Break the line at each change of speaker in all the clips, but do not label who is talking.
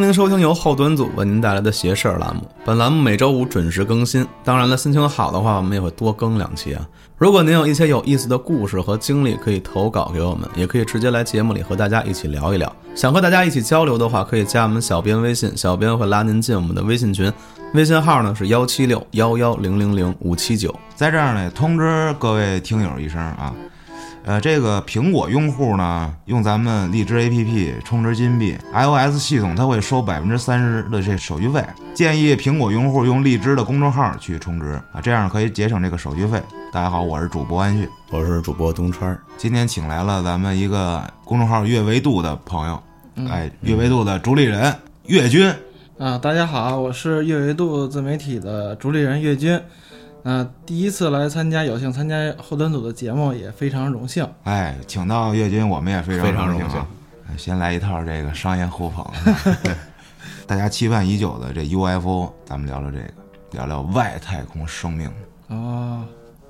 您收听由后端组为您带来的“邪事儿”栏目，本栏目每周五准时更新。当然了，心情好的话，我们也会多更两期啊。如果您有一些有意思的故事和经历，可以投稿给我们，也可以直接来节目里和大家一起聊一聊。想和大家一起交流的话，可以加我们小编微信，小编会拉您进我们的微信群，微信号呢是幺七六幺幺零零零五七九。
在这儿呢，通知各位听友一声啊，呃，这个苹果用户呢，用咱们荔枝 APP 充值金币，iOS 系统它会收百分之三十的这手续费，建议苹果用户用荔枝的公众号去充值啊，这样可以节省这个手续费。大家好，我是主播安旭，
我是主播东川儿，
今天请来了咱们一个公众号“月维度”的朋友，哎，月维度的主理人岳军，
啊，大家好，我是月维度自媒体的主理人岳军。嗯、第一次来参加，有幸参加后端组的节目，也非常荣幸。
哎，请到岳军，我们也非常
非常荣
幸啊
幸！
哎先来一套这个商业互捧， 大家期盼已久的这 UFO，咱们聊聊这个，聊聊外太空生命。
哦，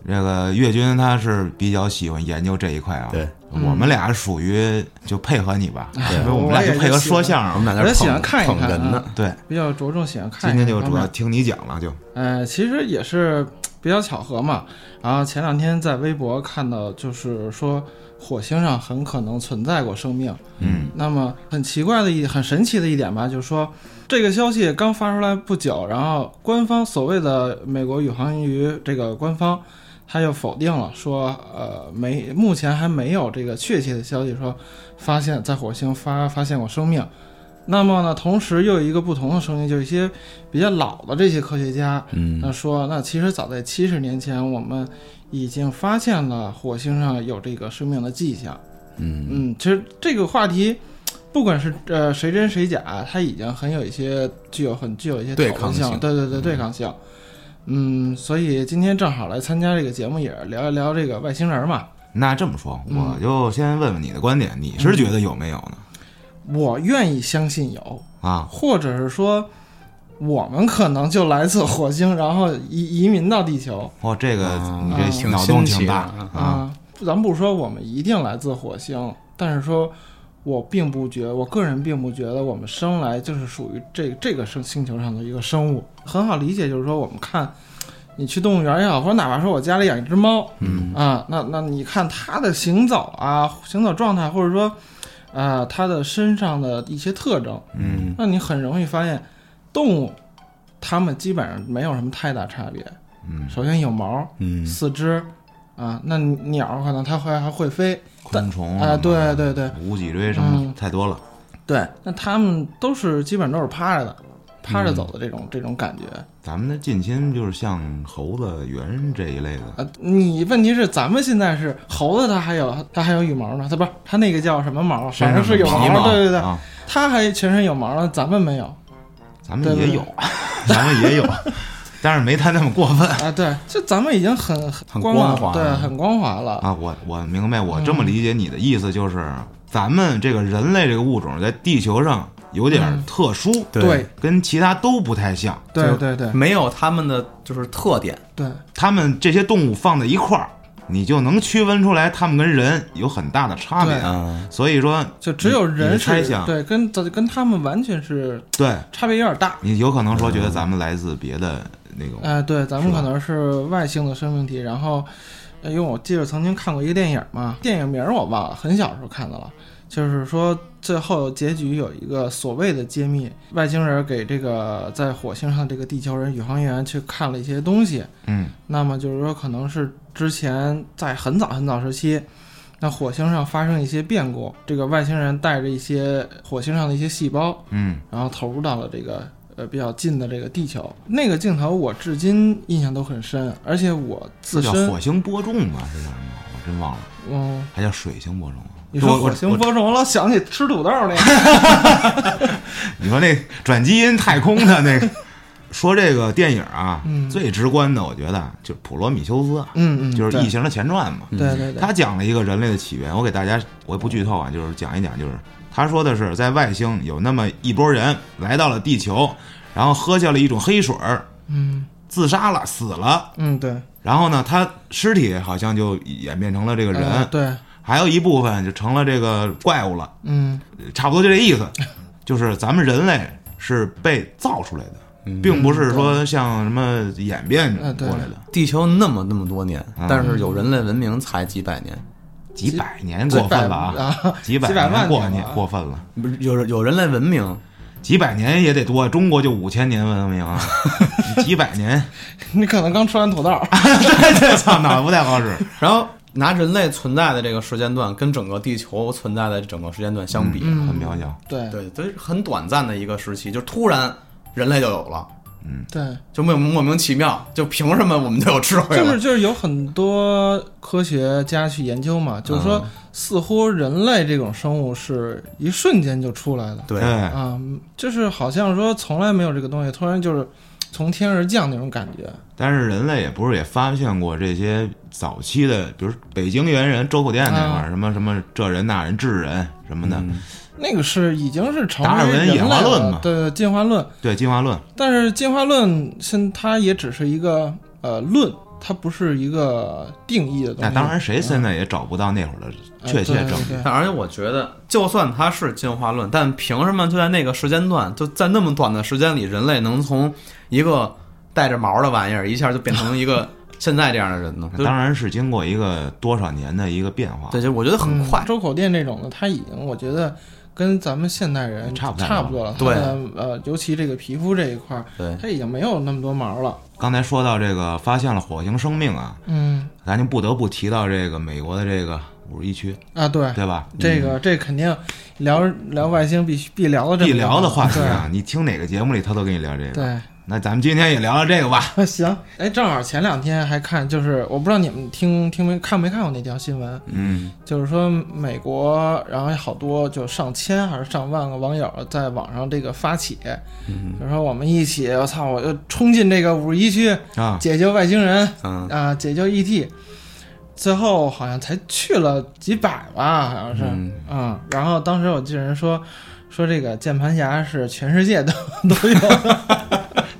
这个岳军他是比较喜欢研究这一块啊，
对嗯
我们俩属于就配合你吧，因为我们
我
俩
也
就
是
配合
喜
说
欢
相
我
声
们
嘛。
俩在这
我也
捧
喜欢看一
捧
看
哏呢
啊。
对，
比较着重喜欢看
今
一
天
看
就
方
主要
面
听你讲了，就
呃，其实也是比较巧合嘛。然后前两天在微博看到，就是说火星上很可能存在过生命。
嗯，
那么很奇怪的一、很神奇的一点吧，就是说这个消息刚发出来不久，然后官方所谓的美国宇航局这个官方。他又否定了，说，呃，没，目前还没有这个确切的消息说，发现在火星发发现过生命。那么呢，同时又有一个不同的声音，就是一些比较老的这些科学家，
嗯
那说，那其实早在七十年前，我们已经发现了火星上有这个生命的迹象。
嗯，
嗯，其实这个话题，不管是呃谁真谁假，它已经很有一些具有很具有一些
对
讨
抗
论
性
对对对，对抗性。嗯，所以今天正好来参加这个节目，也是聊一聊这个外星人嘛。
那这么说，我
嗯
就先问问你的观点，你是觉得有没有呢？
我愿意相信有，
啊，
或者是说，我们可能就来自火星，然后移移民到地球。
哦，这个
啊
你这
挺
脑
新
洞
奇
挺大
的
啊！
啊，咱不说我们一定来自火星，但是说，我并不觉，我个人并不觉得我们生来就是属于这这个生星球上的一个生物。很好理解，就是说我们看，你去动物园也好，或者哪怕说我家里养一只猫，
嗯
啊，那那你看它的行走啊，行走状态，或者说，啊、它的身上的一些特征，
嗯，
那你很容易发现，动物，它们基本上没有什么太大差别。
嗯
首先有毛，
嗯
四肢啊，那鸟可能它会还会飞
昆虫
啊、
什么
对
的
对对
无脊椎什么的
嗯
太多了。
对，那它们都是基本都是趴着的，趴着走的这种、这种感觉
咱们的近亲就是像猴子、猿人这一类的，
啊。你问题是咱们现在是猴子，它还有它还有羽毛呢，它不是它那个叫什么毛，反正是有
身上有皮毛
对对对，
啊，
它还全身有毛呢，咱们没有
咱
对
们
对
也
对
有， 咱们也有，但是没他那么过分
啊。对，就咱们已经很
很
光
光滑
对，很光滑了。
啊。我我明白，我这么理解你的意思就是，咱们这个人类这个物种在地球上有点
嗯
特殊，
对
对
跟其他都不太像。
对对对
没有他们的就是特点，
对，
他们这些动物放在一块儿，你就能区分出来，他们跟人有很大的差别。
对
嗯，
所以说，
就只有
你你
人
的
是
猜想
对，跟跟他们完全是
对
差别有点大。
你有可能说觉得咱们来自别的那种，
呃，对，咱们
哦是吧
可能是外星的生命体。然后，呃因为我记得曾经看过一个电影嘛，电影名儿我忘了，很小时候看的了。就是说，最后结局有一个所谓的揭秘，外星人给这个在火星上这个地球人宇航员去看了一些东西。
嗯
那么就是说，可能是之前在很早很早时期，那火星上发生一些变故，这个外星人带着一些火星上的一些细胞，
嗯。
然后投入到了这个呃比较近的这个地球。那个镜头我至今印象都很深，而且我自
叫
身
火，星播种吧，是叫什么？我真忘了，
嗯，
还叫水星播种啊。
你说
我
火星，播种，我老想起吃土豆那 个，
我你说那转基因太空的那个， 说这个电影啊，
嗯
最直观的，我觉得就是《普罗米修斯》啊，
嗯嗯，
就是
对
异形的嗯前传嘛。
对对对，
他讲了一个人类的起源，我给大家，我也不剧透啊，就是讲一讲，就是他说的是在外星有那么一波人来到了地球，然后喝下了一种黑水儿，
嗯
自杀了，死了。
嗯对，
然后呢，他尸体好像就演变成了这个人，
呃对，
还有一部分就成了这个怪物了，
嗯
差不多就这意思。就是咱们人类是被造出来的，并不是说像什么演变
嗯对
过来的，
地球那么那么多年，
嗯
但是有人类文明才几百年，
几百年过分了啊，
几
几
百
百
啊几百万
年过
年
年
了啊
过分了，
不是有有人类文明，
几百年也得多，中国就五千年文明啊，几百年，
你可能刚吃完土豆，
啊对对，操，脑子不太好使。
然后拿人类存在的这个时间段跟整个地球存在的整个时间段相比，
嗯很渺小。
对
对，这是很短暂的一个时期，就突然人类就有了，
对，
就莫莫名其妙，就凭什么我们就有智慧
就是
了？
就是有很多科学家去研究嘛，就
嗯
是说似乎人类这种生物是一瞬间就出来的
对，
对，
啊，就是好像说从来没有这个东西，突然就是从天而降那种感觉。
但是人类也不是也发现过这些早期的，比如北京猿人、周口店那块儿，什么什么这人那人、智人什么的，
那个是已经是成
达尔
为
文
人类
演化论嘛
了对进化论，
对进化论，
但是进化论现它也只是一个呃论，它不是一个定义的东
那
西。
当然，谁现在也找不到那会儿的
呃
确切证据。
对对对
但而且我觉得，就算它是进化论，但凭什么就在那个时间段，就在那么短的时间里，人类能从一个带着毛的玩意儿，一下就变成一个现在这样的人 呢？就
当然是经过一个多少年的一个变化。
嗯对，就我觉得很快。
嗯周口店这种的，它已经我觉得跟咱们现代人
差不太多
差不多了。
对
它的呃，尤其这个皮肤这一块儿，
对，
它已经没有那么多毛了。
刚才说到这个发现了火星生命啊，
嗯
咱就不得不提到这个美国的这个五十一区，
啊，对，
对吧？
这个这肯定聊聊外星必须必聊的这
嗯
么
必
一个
聊的话题啊，你听哪个节目里他都跟你聊这
对。
个。
对
那咱们今天也聊聊这个吧。
啊， 行，哎，正好前两天还看，就是我不知道你们听听没看没看过那条新闻，
嗯，
就是说美国，然后有好多就上千还是上万个网友在网上这个发起，
嗯
就说我们一起，我操，我就冲进这个五十一区，
啊，
解救外星人
嗯，
啊，解救 ET，最后好像才去了几百吧，好像是，嗯然后当时我记得人说。说这个键盘侠是全世界都 都有，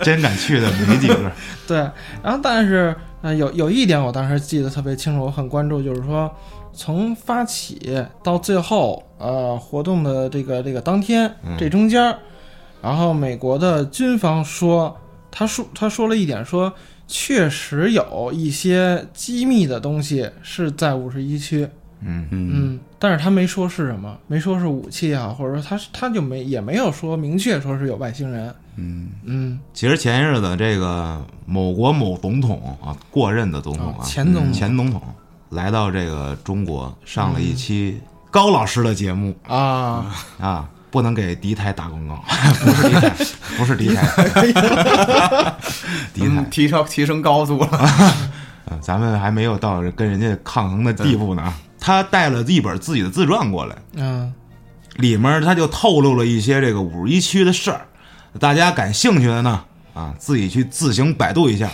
真敢去的没几个。
对，然后但是呃，有有一点我当时记得特别清楚，我很关注，就是说从发起到最后，呃，活动的这个这个当天这中间儿，然后美国的军方说，他说他说了一点说。确实有一些机密的东西是在五十一区，
嗯，
嗯，但是他没说是什么，没说是武器啊，或者说他是他就没也没有说明确说是有外星人，嗯嗯，
其实前些日子这个某国某总统啊，过任的总统啊，
啊前总统
前总统来到这个中国，上了一期
嗯
高老师的节目
啊，
啊，不能给敌台打广告， 不是敌台，不是 敌台，敌台
嗯，提高提升高度了。
嗯咱们还没有到跟人家抗衡的地步呢。他带了一本自己的自传过来，
嗯
里面他就透露了一些这个五十一区的事儿，大家感兴趣的呢啊，自己去自行百度一下。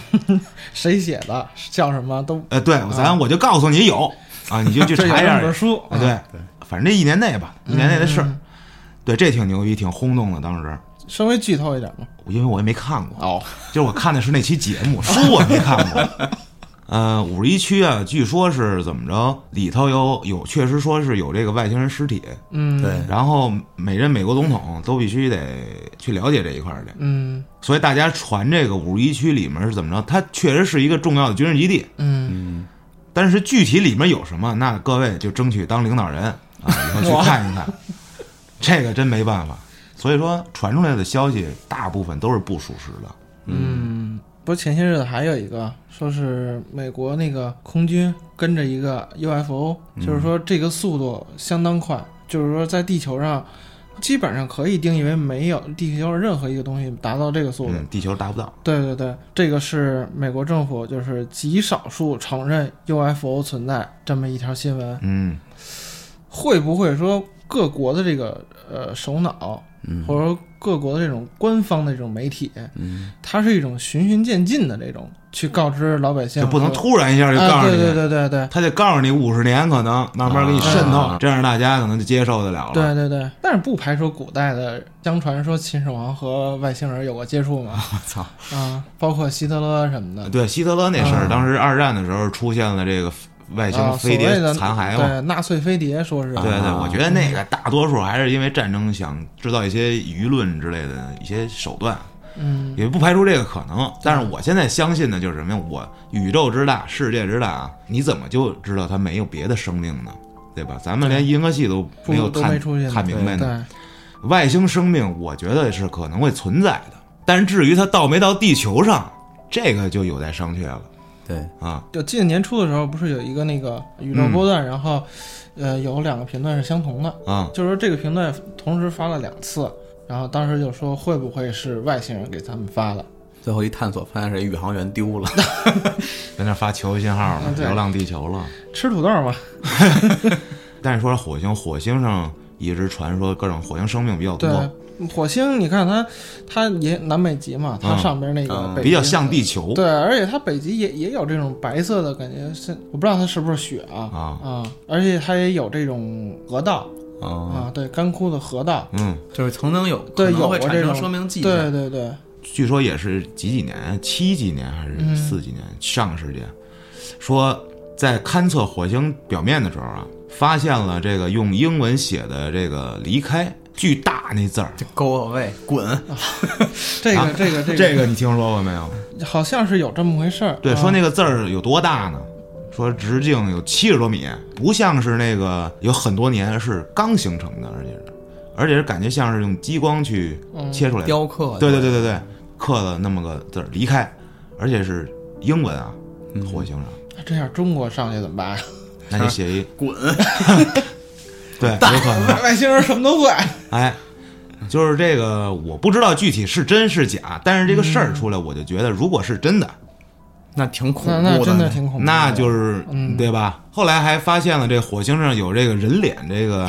谁写的，叫什么都
呃，对，咱我就告诉你有啊，你就去
啊 这有
查一下
这本书
啊，对，反正这一年内吧，一年内的事
嗯
儿，嗯对，这挺牛逼，挺轰动的。当时
稍微剧透一点嘛。
因为我也没看过，
哦，
就是我看的是那期节目，书我没看过。 呃，五十一区啊，据说是怎么着，里头有有确实说是有这个外星人尸体，
嗯，
对，
然后每任美国总统都必须得去了解这一块儿去。
嗯
所以大家传这个五十一区里面是怎么着，它确实是一个重要的军事基地，
嗯，
但是具体里面有什么，那各位就争取当领导人啊， 以后去看一看。这个真没办法，所以说传出来的消息大部分都是不属实的。
不是前些日子还有一个说是美国那个空军跟着一个 UFO，就是
嗯
说这个速度相当快，就是说在地球上基本上可以定义为没有地球上任何一个东西达到这个速度。
嗯，地球达不到。
对对对，这个是美国政府就是极少数承认 UFO 存在这么一条新闻。
嗯，
会不会说各国的这个呃首脑，
嗯
或者说各国的这种官方的这种媒体，嗯，它是一种循序渐进的这种去告知老百姓
就
说，
不能突然一下就告
啊，
诉你，
对对对对对。
他得告诉你五十年，可能慢慢给你渗透，
啊
这样大家可能就接受得了了。
对对对，但是不排除古代的相传说秦始皇和外星人有过接 触嘛，
我操，
啊，包括希特勒什么的，
对，希特勒那事
嗯
儿，当时二战的时候出现了这个外
啊，
星
所谓
飞碟
的
残骸嘛。
对，纳粹飞碟说是，
对对，
啊
我觉得那个大多数还是因为战争想制造一些舆论之类的一些手段，
嗯，
也不排除这个可能。但是我现在相信的就是什么呀？我宇宙之大，世界之大啊，你怎么就知道它没有别的生命呢？对吧？咱们连银河系都没有
都
看
没出现
看明白呢。
对，
外星生命，我觉得是可能会存在的，但是至于它到没到地球上，这个就有待商榷了
对，
啊。
就记得年初的时候，不是有一个那个宇宙波段，然后，呃，有两个评论是相同的，
啊、
就是说这个评论同时发了两次，然后当时就说会不会是外星人给咱们发的？
最后一探索发现是一宇航员丢 了，
在那发求救信号了
嗯，对
流浪地球了。
吃土豆嘛，
但是说火星，火星上一直传说各种火星生命比较
对
多，，
火星你看它，它也南北极嘛，它
嗯
上边那个
嗯
北极
比较像地球
对，而且它北极也也有这种白色的感觉，是我不知道它是不是雪啊
啊。
啊，而且它也有这种河道
嗯，
啊，对，干枯的河道，
嗯，
就是曾经有
对
可能会
有过
产
这
生
种
生命迹
对
象，
对对，
据说也是几几年，七几年还是
嗯
四几年，上个世纪，说在勘测火星表面的时候啊，发现了这个用英文写的这个“离开”巨大那字儿。
就 go away 滚，
这
啊
个这个
这
个
个你听说过没有？
好像是有这么回事儿，
对，
啊
嗯
说那个字儿有多大呢？说直径有七十多米，不像是那个有很多年是刚形成的，而且是，而且是感觉像是用激光去切出来的。
嗯雕刻，
对对对对对，刻了那么个字儿离开，而且是英文啊，
嗯
火星上，
这样中国上去怎么办呀？
那你写一、
滚，
对，有可能，
外星人什么都会，
哎。就是这个，我不知道具体是真是假，但是这个事儿出来，我就觉得，如果是真的，
那挺恐怖
那那真的
的，
挺恐怖的，
哦那就是
嗯
对吧？后来还发现了这火星上有这个人脸，这个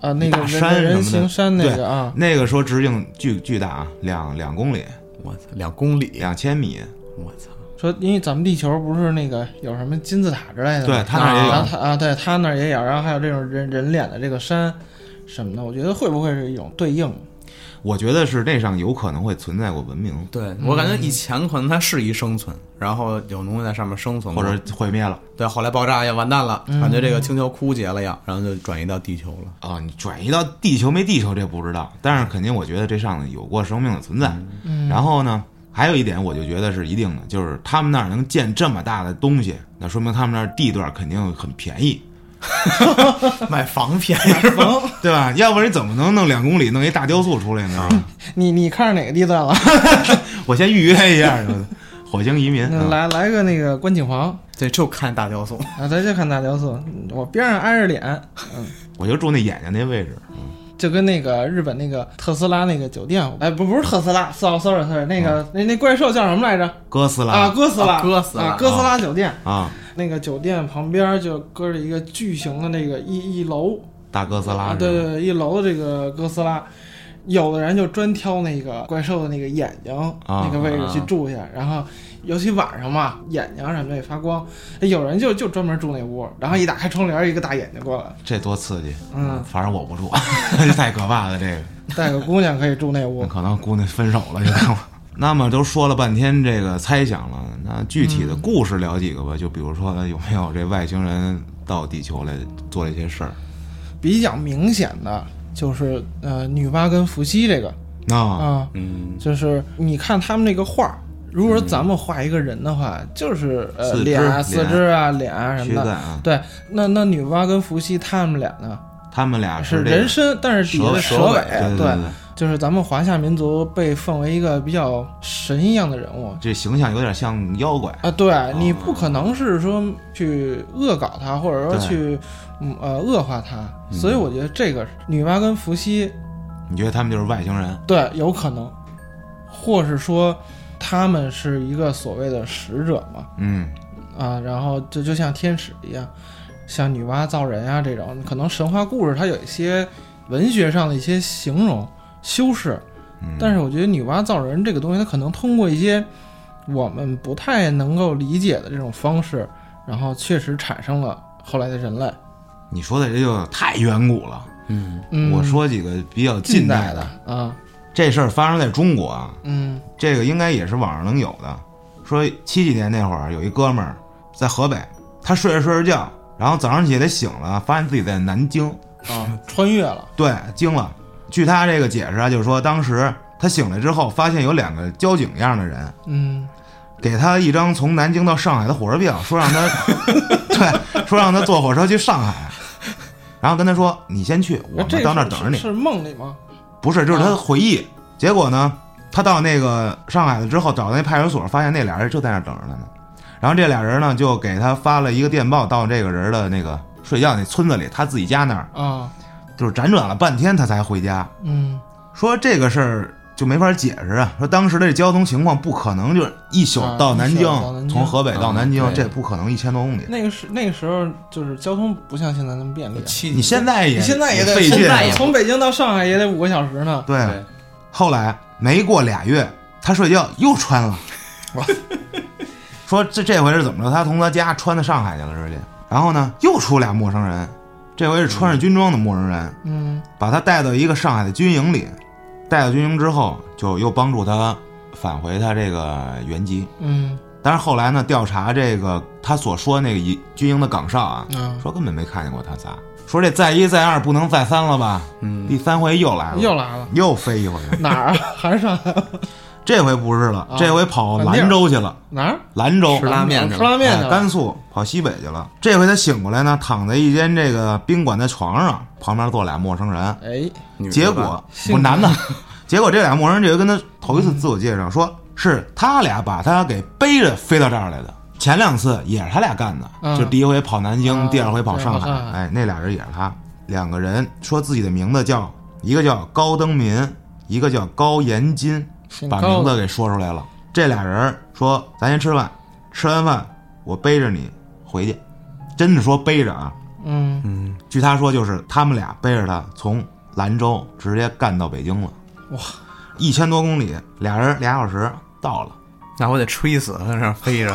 啊那个
大山
人人
什么的
形山那
对
个啊，
那个说直径巨巨大啊，两两公里，
我操，两公里，
两千米，
我操，
说因为咱们地球不是那个有什么金字塔之类的吗，
对他那儿也有
然后他啊，对他那儿也有，然后还有这种人人脸的这个山什么的，我觉得会不会是一种对应？
我觉得是那上有可能会存在过文明，
对
嗯
我感觉以前可能它适宜生存，然后有东西在上面生存
或
过，
者毁灭了
对，后来爆炸也完蛋了，
嗯
感觉这个星球枯竭了呀，然后就转移到地球了。
啊、你转移到地球没地球这不知道，但是肯定我觉得这上头有过生命的存在。
嗯
然后呢，还有一点我就觉得是一定的，就是他们那儿能建这么大的东西，那说明他们那儿地段肯定很便宜，
买房便宜是吧？
对吧？要不然你怎么能弄两公里弄一大雕塑出来
啊
呢？
你你看上哪个地啊段了？
我先预约一下， 火星移民。
那
啊
来来个那个观景房
对，就看大雕塑。
啊，咱就看大雕塑，我边上挨着脸，
我就住那眼睛那位置，
就跟那个日本那个特斯拉那个酒店，哎，不不是特斯拉，sorry sorry sorry，那个、那那怪兽叫什么来着？
哥斯
啊，
拉
哥斯拉，
啊哥斯拉
啊，哥斯拉酒店，
啊，
那个酒店旁边就搁着一个巨型的那个一一楼，
大哥斯拉
啊，
是吧，
对对对，一楼的这个哥斯拉，有的人就专挑那个怪兽的那个眼睛、
啊
那个位置去住去，然后尤其晚上嘛，眼睛什么的也发光，哎有人就就专门住那屋，然后一打开窗帘，一个大眼睛过来，
这多刺激！
嗯，
反正我不住， 太可怕了。这个
带个姑娘可以住那
我
屋，
可能姑娘分手了，就 跟我。那么都说了半天这个猜想了，那具体的故事聊几个吧？就比如说有没有这外星人到地球来做了一些事儿？
比较明显的就是呃女娲跟伏羲这个
那、
啊，
嗯，
就是你看他们那个画儿。如果说咱们画一个人的话，就是呃
四肢
脸啊、四
脸
肢啊、脸啊什
躯
么
干
的。
啊，
对，那那女娲跟伏羲他们俩呢，
他们俩
是
啊这
人
个
参，但是底下的
蛇
蛇
尾
对
对
对，
就是咱们华夏民族被奉为一个比较神一样的人物
这形象有点像妖怪。
啊。对你不可能是说去恶搞他，或者说
对
去嗯呃恶化他，所以我觉得这个女娲跟伏羲
你觉得他们就是外星人？
对有可能，或是说他们是一个所谓的使者嘛
嗯，
啊，然后就就像天使一样，像女娲造人啊这种，可能神话故事它有一些文学上的一些形容修饰。
嗯
但是我觉得女娲造人这个东西，它可能通过一些我们不太能够理解的这种方式，然后确实产生了后来的人类。
你说的这就太远古了。
嗯，
我说几个比较
近
代
的啊，
这事儿发生在中国啊，
嗯
这个应该也是网上能有的。说七几年那会儿，有一哥们儿在河北，他睡着睡着觉，然后早上起来醒了，发现自己在南京，
啊，穿越了，
对，惊了。据他这个解释啊，就是说当时他醒来之后，发现有两个交警一样的人，
嗯，
给他一张从南京到上海的火车票，说让 他，对，说让他坐火车去上海，然后跟他说：“你先去，我
哎啊这
们
个
到那儿
是
等着你。
是”是啊梦里吗？
不是，就是他的回忆。结果呢，他到那个上海了之后，找到那派出所，发现那俩人就在那儿等着他呢。然后这俩人呢，就给他发了一个电报到这个人的那个睡觉那村子里，他自己家那儿，
啊，
就是辗转了半天，他才回家。
嗯，
说这个事儿就没法解释啊，说当时的交通情况不可能就是一宿
啊
到南京，
一宿到南京
从河北到南京，
啊对
这不可能一千多公里。
那个时那个时候就是交通不像现在那么便利啊，
七
你现在也
你现在也得
费
从
劲啊，
在也
从北京到上海也得五个小时呢，
对。
啊
对
后来没过俩月，他睡觉又穿了，说这这回是怎么着？他从他家穿到上海去了，这去。然后呢，又出俩陌生人，这回是穿着军装的陌生人，
嗯，
把他带到一个上海的军营里。带到军营之后，就又帮助他返回他这个原籍。
嗯
但是后来呢，调查这个他所说那个一军营的岗哨啊，
啊，
说根本没看见过他仨，说这再一再二不能再三了吧？
嗯
第三回又来了，
又来了，
又飞一回，
哪儿啊？还是上海吗？
这回不是了
啊，
这回跑兰州去了，
哪儿？
兰州
吃拉面去
吃
了，
拉面去
哎
了
甘肃跑西北去了。这回他醒过来呢，躺在一间这个宾馆的床上，旁边坐俩陌生人，
哎，
女的
结
吧
果我男的， 结果这俩陌生人就跟他头一次自我介绍说，是他俩把他给背着飞到这儿来的。前两次也是他俩干的，
嗯
就第一回跑南京，
啊
第二回跑上海
对跑上。海
哎，那俩人也是他，两个人说自己的名字叫一个叫高登民，一个叫高延金，
挺
把
高
名
的
字给说出来了。这俩人说：“咱先吃饭，吃完饭我背着你回去。”真的说背着啊，
嗯，
嗯，
据他说，就是他们俩背着他从兰州直接干到北京了。
哇，
一千多公里，俩人俩小时到了。
那我得吹死他，在那儿飞着，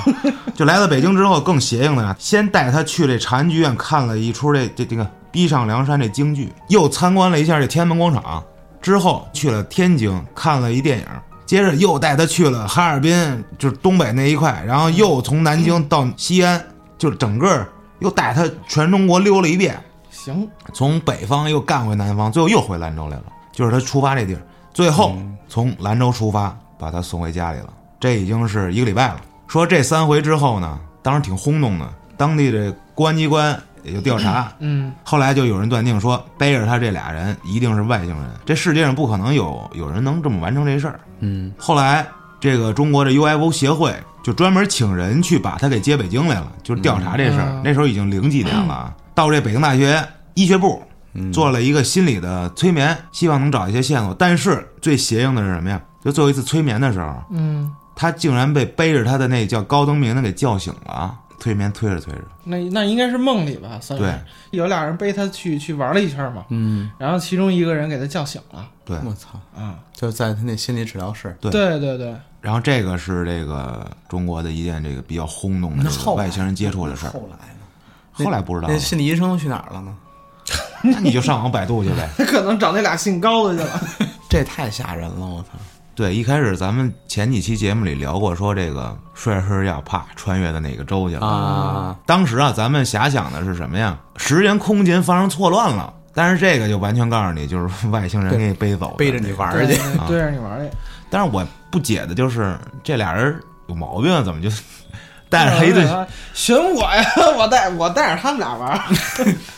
就来到北京之后，更邪性的啊，先带他去这察安剧院看了一出这这这个《逼上梁山》这京剧，又参观了一下这天安门广场，之后去了天津看了一电影，接着又带他去了哈尔滨，就是东北那一块，然后又从南京到西安，就是整个又带他全中国溜了一遍。
行，
从北方又干回南方，最后又回兰州来了，就是他出发这地儿。最后从兰州出发，把他送回家里了。这已经是一个礼拜了。说这三回之后呢，当时挺轰动的，当地的公安机关也就调查。
嗯，
后来就有人断定说，背着他这俩人一定是外星人，这世界上不可能有有人能这么完成这事儿。
嗯，
后来这个中国的 UFO 协会就专门请人去把他给接北京来了，就是调查这事儿。
嗯
那时候已经零几年了啊，到这北京大学医学部
嗯
做了一个心理的催眠，希望能找一些线索。但是最邪性的是什么呀？就最后一次催眠的时候，
嗯，
他竟然被背着他的那叫高登明的给叫醒了。催眠催着催着，
那那应该是梦里吧，算是
对
有俩人背他去去玩了一圈嘛，
嗯，
然后其中一个人给他叫醒了
对，
我操，
啊，
就在他那心理治疗室，
对
对对对，
然后这个是这个中国的一件这个比较轰动的这个
后来
外星人接触的事儿。
后来呢？
后来不知道了
那，心理医生去哪儿了呢？
那你就上网百度去呗。
他可能找那俩姓高的去了，
这太吓人了，我操！
对，一开始咱们前几期节目里聊过，说这个睡着睡着觉，啪穿越到哪个州去了。
啊，
当时啊，咱们遐想的是什么呀？时间空间发生错乱了。但是这个就完全告诉你，就是外星人给你背走，
背着你。玩儿
对
去，
对对着你玩儿去，
但是我不解的就是，这俩人有毛病啊，怎 么就
哎
带着他一对？
对，选我呀，啊 我带我带着他们俩玩儿，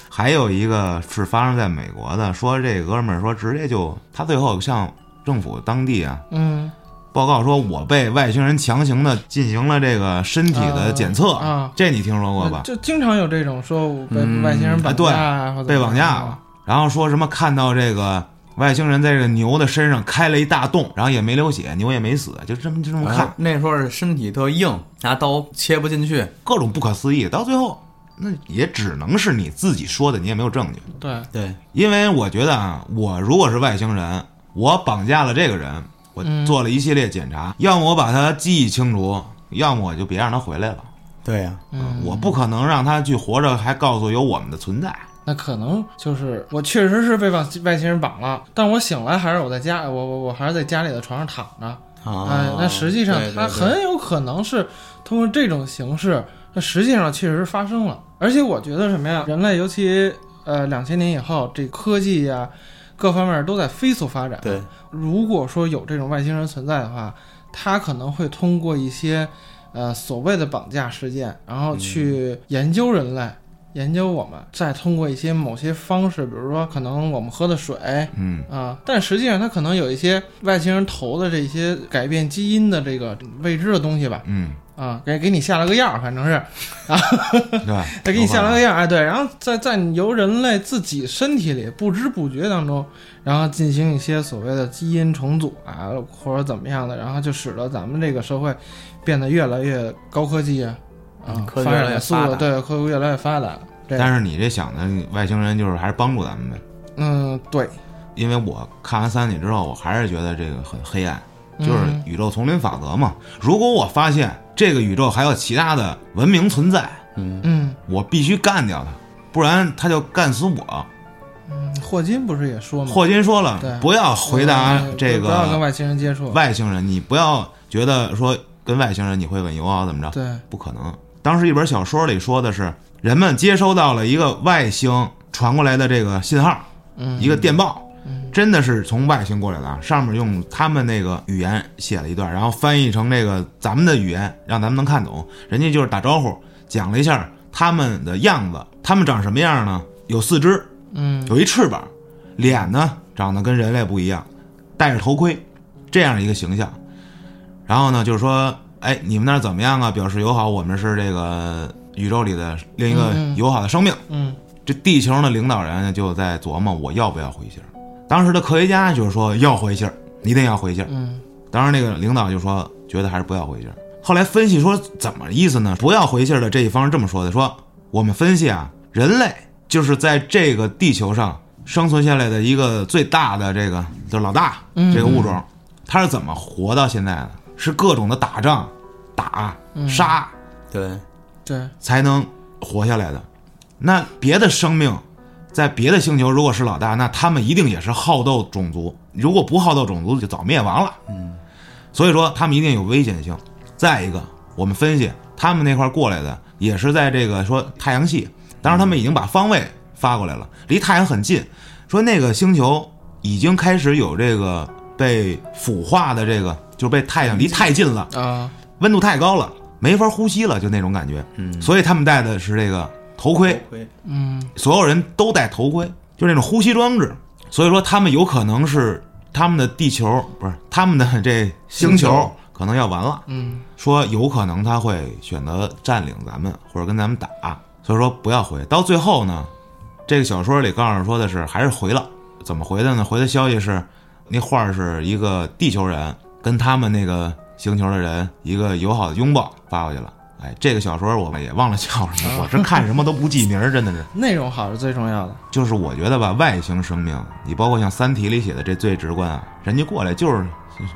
还有一个是发生在美国的，说这哥们儿说直接就他最后向政府当地啊
嗯，
报告说，我被外星人强行的进行了这个身体的检测
啊啊
这你听说过吧？嗯哎
就经常有这种说我被外星人绑
对
架啊，或者
被绑架了，然后说什么看到这个外星人在这个牛的身上开了一大洞，然后也没流血，牛也没死，就这么就这么看，
啊
哎那时候是身体特硬，拿刀切不进去，
各种不可思议。到最后，那也只能是你自己说的，你也没有证据。
对，
对，
因为我觉得啊，我如果是外星人，我绑架了这个人，我
嗯
做了一系列检查，要么我把他记忆清除，要么我就别让他回来了。啊
对呀，
嗯，
我不可能让他去活着，还告诉有我们的存在。
那可能就是我确实是被绑外星人绑了，但我醒来还是我在家，我我我还是在家里的床上躺着。
啊
哎，，那实际上
对对
他
对
很有可能是通过这种形式那实际上确实发生了，而且我觉得什么呀？人类尤其呃两千年以后，这科技呀、各方面都在飞速发展。
对，
如果说有这种外星人存在的话，他可能会通过一些呃所谓的绑架事件，然后去研究人类。研究我们，再通过一些某些方式，比如说可能我们喝的水啊、
嗯，
但实际上它可能有一些外星人投的这些改变基因的这个未知的东西吧，
嗯，
啊、给给你下了个药，反正是
对，
再给你下了个药，哎，对，然后再在你由人类自己身体里不知不觉当中，然后进行一些所谓的基因重组啊，或者怎么样的，然后就使得咱们这个社会变得越来越高科技啊，啊
嗯，科技
发
越来
展
越
的速
发
度
达
对，科技越来越发达。对，
但是你这想的外星人就是还是帮助咱们呗，
嗯，对，
因为我看完《三体》之后，我还是觉得这个很黑暗，
嗯
就是宇宙丛林法则嘛。如果我发现这个宇宙还有其他的文明存在，
嗯，
嗯，
我必须干掉它，不然他就干死我。
霍金不是也说吗？
霍金说
对
了，不要回答
嗯
这
不要跟
个
外星人接触。
外星人，你不要觉得说跟外星人你会吻油啊怎么着，
对，
不可能。当时一本小说里说的是，人们接收到了一个外星传过来的这个信号，
嗯
一个电报
嗯，
真的是从外星过来的啊。上面用他们那个语言写了一段，然后翻译成这个咱们的语言，让咱们能看懂。人家就是打招呼，讲了一下他们的样子，他们长什么样呢？有四肢，
嗯
有一翅膀，脸呢长得跟人类不一样，戴着头盔，这样一个形象。然后呢，就是说，哎，你们那儿怎么样啊？表示友好，我们是这个宇宙里的另一个
嗯嗯
友好的生命。
嗯
这地球的领导人就在琢磨我要不要回信儿。当时的科学家就是说要回信儿，一定要回信儿。
嗯
当时那个领导就说觉得还是不要回信儿。后来分析说怎么意思呢？不要回信儿的这一方是这么说的：说我们分析啊，人类就是在这个地球上生存下来的一个最大的这个就是老大
嗯
这个物种，它是怎么活到现在的？是各种的打仗、打、
嗯
杀，
对，
对，
才能活下来的。那别的生命在别的星球如果是老大，那他们一定也是好斗种族。如果不好斗种族，就早灭亡了。嗯，所以说他们一定有危险性。再一个，我们分析他们那块儿过来的也是在这个说太阳系，当然他们已经把方位发过来了，离太阳很近。说那个星球已经开始有这个被腐化的这个，就是被太阳离太近了，
啊，
温度太高了，没法呼吸了，就那种感觉。
嗯
所以他们戴的是这个头盔，
亏，
嗯
所有人都戴头盔，就那种呼吸装置。所以说，他们有可能是他们的地球不是他们的这星
星
球
球
可能要完了。
嗯
说有可能他会选择占领咱们或者跟咱们打，所以说不要回。到最后呢，这个小说里告诉说的是还是回了，怎么回的呢？回的消息是，那画儿是一个地球人跟他们那个星球的人一个友好的拥抱发过去了。哎，这个小说我也忘了叫什 么，我是看什么都不记名儿，真的是。
内容好是最重要的。
就是我觉得吧，外星生命，你包括像《三体》里写的这最直观啊，人家过来就是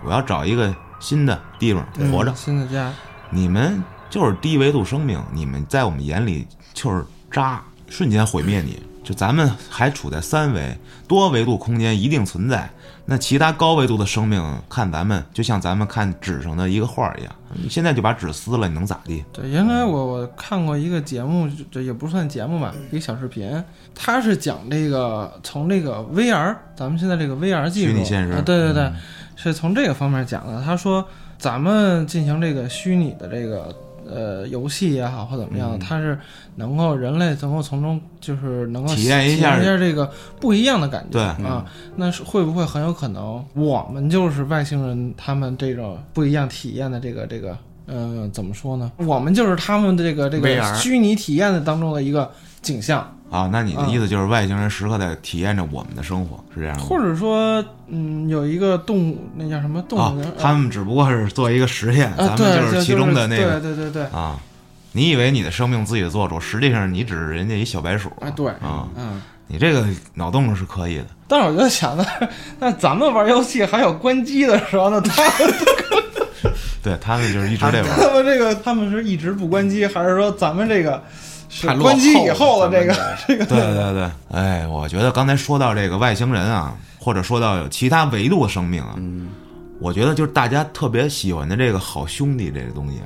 我要找一个新的地方活着
嗯，新的家，
你们就是低维度生命，你们在我们眼里就是渣，瞬间毁灭你。就咱们还处在三维多维度空间一定存在，那其他高维度的生命看咱们就像咱们看纸上的一个画儿一样，你现在就把纸撕了，你能咋地？
对，原来我我看过一个节目，就就也不算节目吧，
嗯
一个小视频，它是讲这个从这个 VR，咱们现在这个 VR 技术，
虚拟现实嗯
啊对对对，是从这个方面讲的。他说，咱们进行这个虚拟的这个呃游戏也好或怎么样
嗯
的，它是能够人类能够从中就是能够
体验一
一
下
一下这个不一样的感觉，
对嗯
啊，那是会不会很有可能我们就是外星人他们这种不一样体验的这个这个呃怎么说呢？我们就是他们的这个这个
VR
虚拟体验的当中的一个景象，
啊，那你的意思就是外星人时刻在体验着我们的生活，是这样吗？
或者说嗯有一个动物那叫什么动
啊
物园？，
他们只不过是做一个实验，
啊
咱
对
们就是其中的那个
对对对对
啊。你以为你的生命自己做主，实际上你只是人家一小白鼠
啊对
啊！
嗯。
你这个脑洞是可以的，
但是我就想的， 那咱们玩游戏还有关机的时候，那 他们
对他们就是一直得 玩。
他们这个他们是一直不关机，还是说咱们这个是
太落
关机以
后
后
了
的这个这
对对
个
对，哎，我觉得刚才说到这个外星人啊，或者说到其他维度的生命啊，
嗯
我觉得就是大家特别喜欢的这个好兄弟这个东西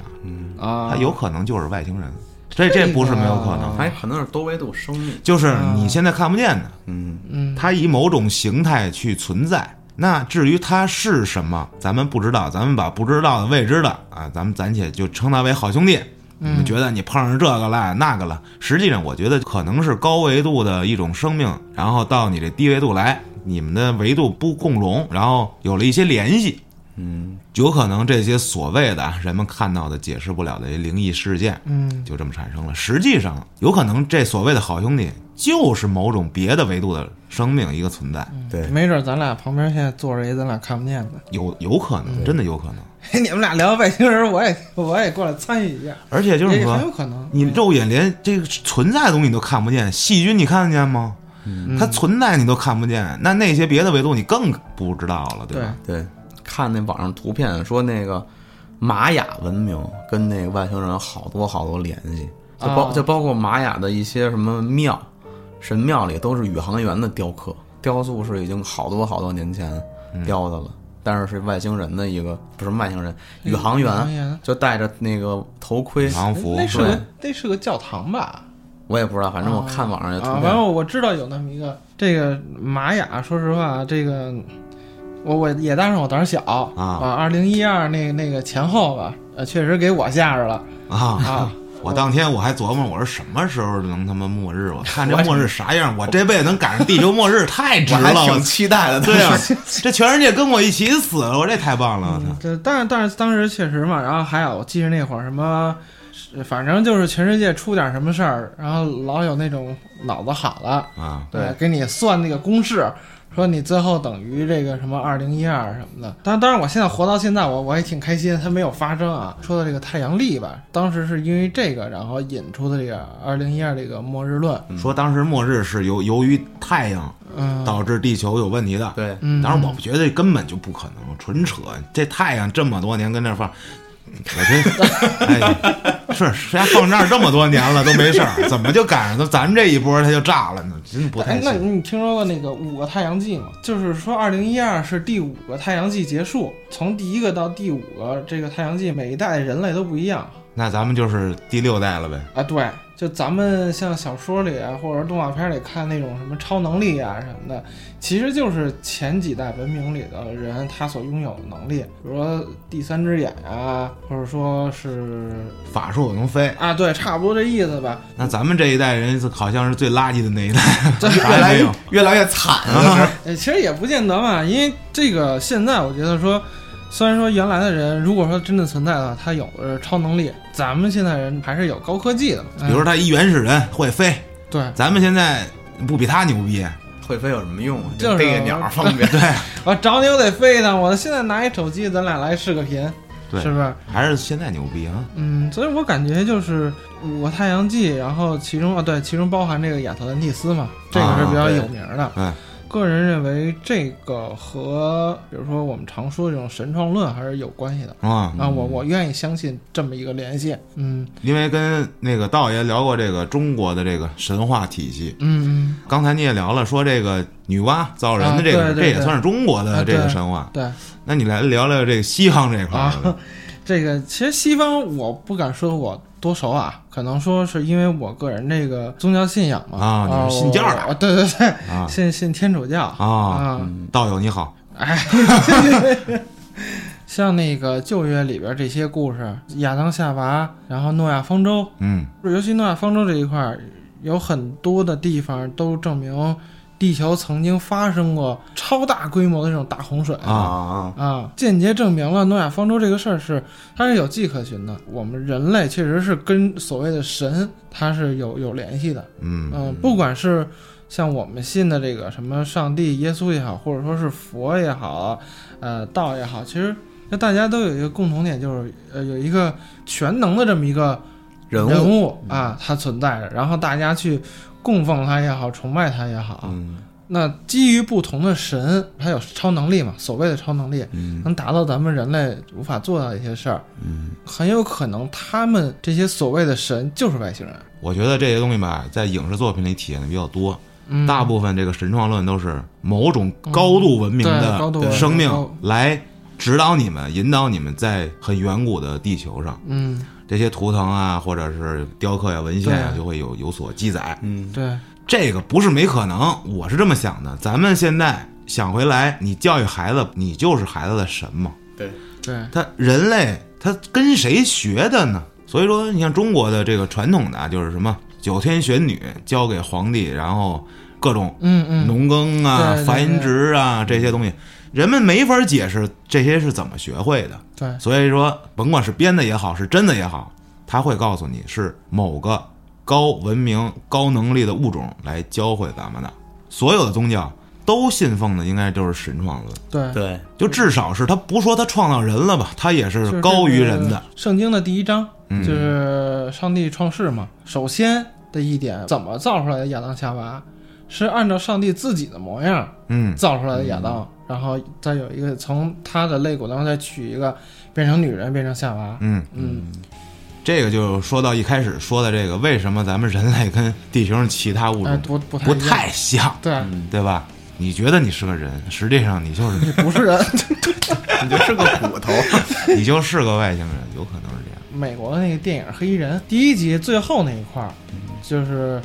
啊，
啊
它有可能就是外星人。这这不是没有可能，
还可能是多维度生命。
就是
啊
你现在看不见的，
嗯，
嗯，
它以某种形态去存在。那至于它是什么，咱们不知道，咱们把不知道的、未知的啊，咱们暂且就称它为好兄弟。你们觉得你碰上这个了、那个了，实际上我觉得可能是高维度的一种生命，然后到你这低维度来，你们的维度不共融，然后有了一些联系。嗯，有可能这些所谓的人们看到的解释不了的灵异事件，
嗯，
就这么产生了。实际上，有可能这所谓的好兄弟就是某种别的维度的生命一个存在，
对，
没准咱俩旁边现在坐着一咱俩看不见的。
有有可能，真的有可能。
嘿，你们俩聊外星人，我也我也过来参与一下，
而且就是
也很有
说，
可能。
你肉眼连这个存在的东西你都看不见，细菌你看得见吗？它存在你都看不见，那那些别的维度你更不知道了，
对
吧？
对，看那网上图片说那个玛雅文明跟那个外星人好多好多联系，就包、
啊
就包括玛雅的一些什么庙、神庙里都是宇航员的雕刻，雕塑是已经好多好多年前雕的了。但是是外星人的一个，不是外星人，宇航
宇
员
航员
就戴着那个头盔，
宇航服
那是
对
个那是个教堂吧？
我也不知道，反正我看网上的图
啊，反
片，
正我知道有那么一个这个玛雅，说实话，啊这个我我也当然我胆儿小啊，二零一二那那个前后吧，呃，确实给我吓着了
啊。
啊。
我当天我还琢磨，我说什么时候能他妈末日？我看这末日啥样，我这辈子能赶上地球末日太值
我还
了！我
挺期待的。
对啊，这全世界跟我一起死了，我这太棒了！我操！
这嗯但是但是当时确实嘛，然后还有我记着那会儿什么，是反正就是全世界出点什么事儿，然后老有那种脑子好的，
嗯
啊，
对，给你算那个公式，说你最后等于这个什么二零一二什么的。当当然，我现在活到现在，我我也挺开心，它没有发生啊。说到这个太阳历吧，当时是因为这个，然后引出的这个二零一二这个末日论。
说当时末日是由由于太阳
嗯，
导致地球有问题的。
对，
嗯
当然，我觉得根本就不可能，纯扯！这太阳这么多年跟那儿放，我这，哎，是谁家放那儿这么多年了都没事儿，怎么就赶上都咱们这一波它就炸了呢？真不
哎
太，
那
信。
你听说过那个五个太阳季吗？就是说，二零一二是第五个太阳季结束，从第一个到第五个这个太阳季，每一代人类都不一样
那咱们就是第六代了呗。
啊。对，就咱们像小说里啊，或者动画片里看那种什么超能力啊什么的，其实就是前几代文明里的人他所拥有的能力，比如说第三只眼啊，或者说是
法术能飞，
啊，对，差不多这意思吧。
那咱们这一代人好像是最垃圾的那一代，
对
啥也没有。
越来越惨啊！
呃，其实也不见得嘛，因为这个现在我觉得说，虽然说原来的人如果说真的存在的话，他有呃超能力，咱们现在人还是有高科技的嘛。哎
比如说他一原始人会飞，
对，
咱们现在不比他牛逼，
会飞有什么用啊？
就是
逮个鸟方便。对，
我找你我得飞一趟，我现在拿一手机，咱俩来视个频，
对
是不是？
还是现在牛逼啊？
嗯，所以我感觉就是五个太阳系，然后其中啊对，其中包含这个亚特兰蒂斯嘛，这个是比较有名的。
嗯，
个人认为这个和比如说我们常说这种神创论还是有关系的。
啊、
啊，我我愿意相信这么一个联系。嗯
因为跟那个道爷聊过这个中国的这个神话体系，
嗯
刚才你也聊了，说这个女娲造人的这个，
啊对对
这也算是中国的这个神话。
嗯，对
那你来聊聊这个西方这一块儿吧
啊，这个其实西方我不敢说我多熟啊，可能说是因为我个人这个宗教信仰嘛
啊你是
我
信教的
我对对对，
啊
信信天主教哎
啊
嗯
道友你好，
像那个旧约里边这些故事，亚当夏娃，然后诺亚方舟，
嗯，
尤其诺亚方舟这一块儿，有很多的地方都证明地球曾经发生过超大规模的这种大洪水
啊啊！
啊，间接证明了诺亚方舟这个事儿是它是有迹可循的。我们人类确实是跟所谓的神它是有有联系的。
嗯
嗯，不管是像我们信的这个什么上帝、耶稣也好，或者说是佛也好，呃，道也好，其实那大家都有一个共同点，就是呃有一个全能的这么一个
人物
啊，它存在着，然后大家去供奉它也好，崇拜它也好。
嗯
那基于不同的神，它有超能力嘛？所谓的超能力，
嗯
能达到咱们人类无法做到的一些事儿，
嗯，
很有可能他们这些所谓的神就是外星人。
我觉得这些东西吧，在影视作品里体现的比较多。
嗯，
大部分这个神创论都是某种高度文明
嗯对高度文
的
明
生命
高
来指导你们、引导你们在很远古的地球上。
嗯
这些图腾啊，或者是雕刻呀、文献啊，
对
就会有有所记载。
嗯，
对，
这个不是没可能，我是这么想的。咱们现在想回来，你教育孩子，你就是孩子的神嘛。
对，
对，
他人类他跟谁学的呢？所以说，你像中国的这个传统的啊，就是什么九天玄女交给皇帝，然后各种
嗯嗯，
农耕啊、
对对
繁殖啊这些东西，人们没法解释这些是怎么学会的。
对，
所以说，甭管是编的也好，是真的也好，他会告诉你是某个高文明、高能力的物种来教会咱们的。所有的宗教都信奉的应该就是神创论，
对，
对，
就至少是他不说他创造人了吧，他也
就是是
高于人
这
的
个。圣经的第一章
嗯
就是上帝创世嘛，首先的一点，怎么造出来的亚当夏娃，是按照上帝自己的模样
嗯，
造出来的亚当，然后再有一个从他的肋骨当中再取一个，变成女人，变成夏娃。
嗯，
嗯，
这个就说到一开始说的这个，为什么咱们人类跟地球上其他物
哎，
种
不
不
不太一样嗯
太像，
对，啊
对吧？你觉得你是个人，实际上你就是
你不是人。
你就是个骨头。
你就是个外星人，有可能是这样。
美国的那个电影《黑衣人》第一集最后那一块儿，
嗯
就是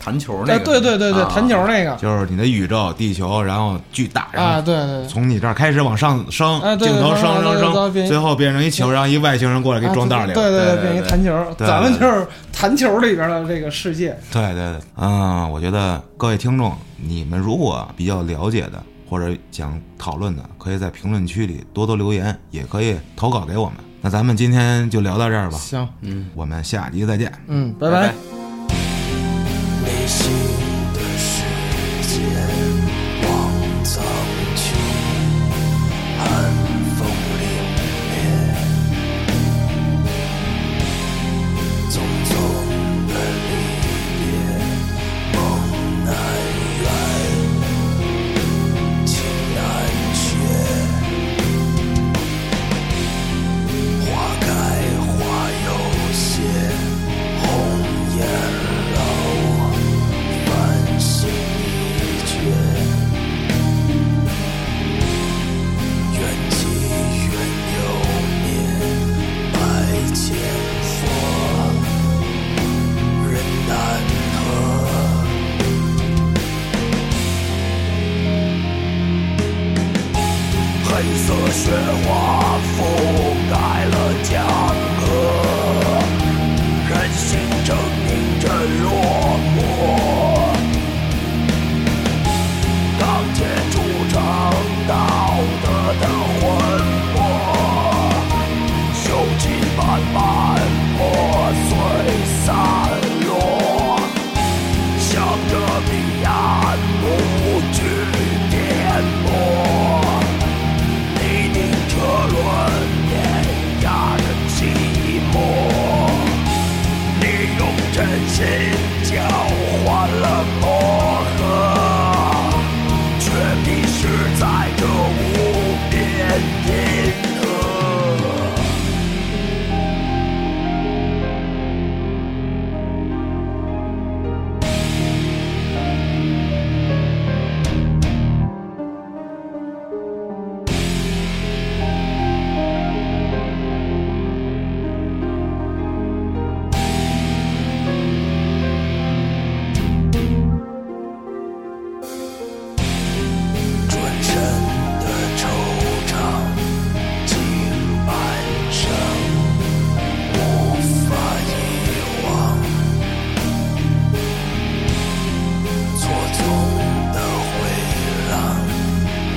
弹球那
哎，
个，
对对对对，
啊
弹球那个
就是你的宇宙、地球，然后巨大，然
啊，
后
对对对，
从你这儿开始往上升，
啊对
镜头
往上
升
往上
升
往上
升，
变
最后变成一球，让一外星人过来给
啊
装袋里了。
对对
对
变
对
一弹球，
对
咱们
对
就是弹球里边的这个世界。
对对对，嗯，我觉得各位听众，你们如果比较了解的或者想讨论的，可以在评论区里多多留言，也可以投稿给我们。那咱们今天就聊到这儿吧，
行，
嗯，
我们下集再见。
嗯，拜
拜
拜
拜。
内心的世界往苍穹，寒风凛冽，匆匆的离别，梦难圆，情难却，花开花又谢，红颜。繁星已绝，缘起缘由灭，百千佛，人难合。黑色雪花覆盖了江河，人心狰狞着落寞。钢铁铸成道德的魂魄，锈迹斑斑，破碎散落，向着彼岸不惧颠簸。泥泞车轮碾压着寂寞。你用真心交换了磨合，却迷失在这无边银河。转身的惆怅，经半生，无法遗忘。错综的回廊，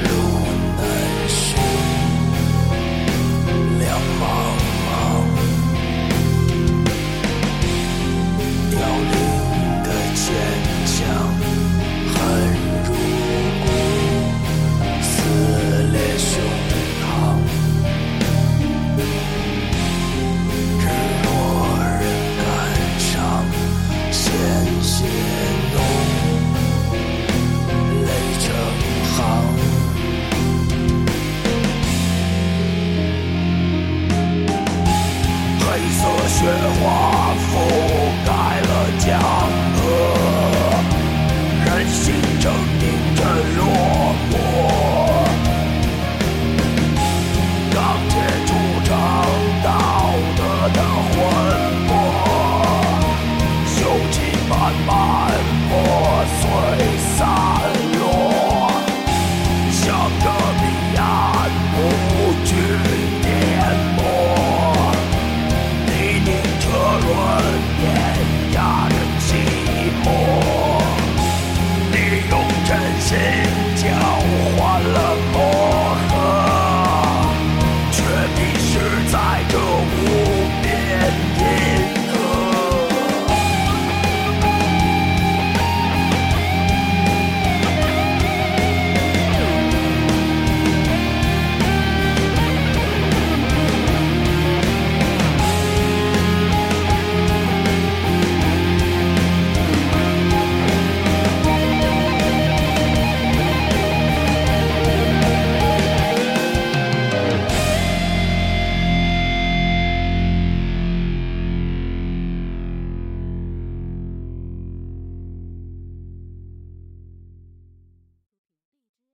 路难寻，两茫茫。凋零的坚强，恨入骨。撕裂胸膛，日落人感伤，鲜血浓，泪成行。黑色雪花覆盖了江河。人心狰狞着落寞。钢铁铸成道德的魂挥洒。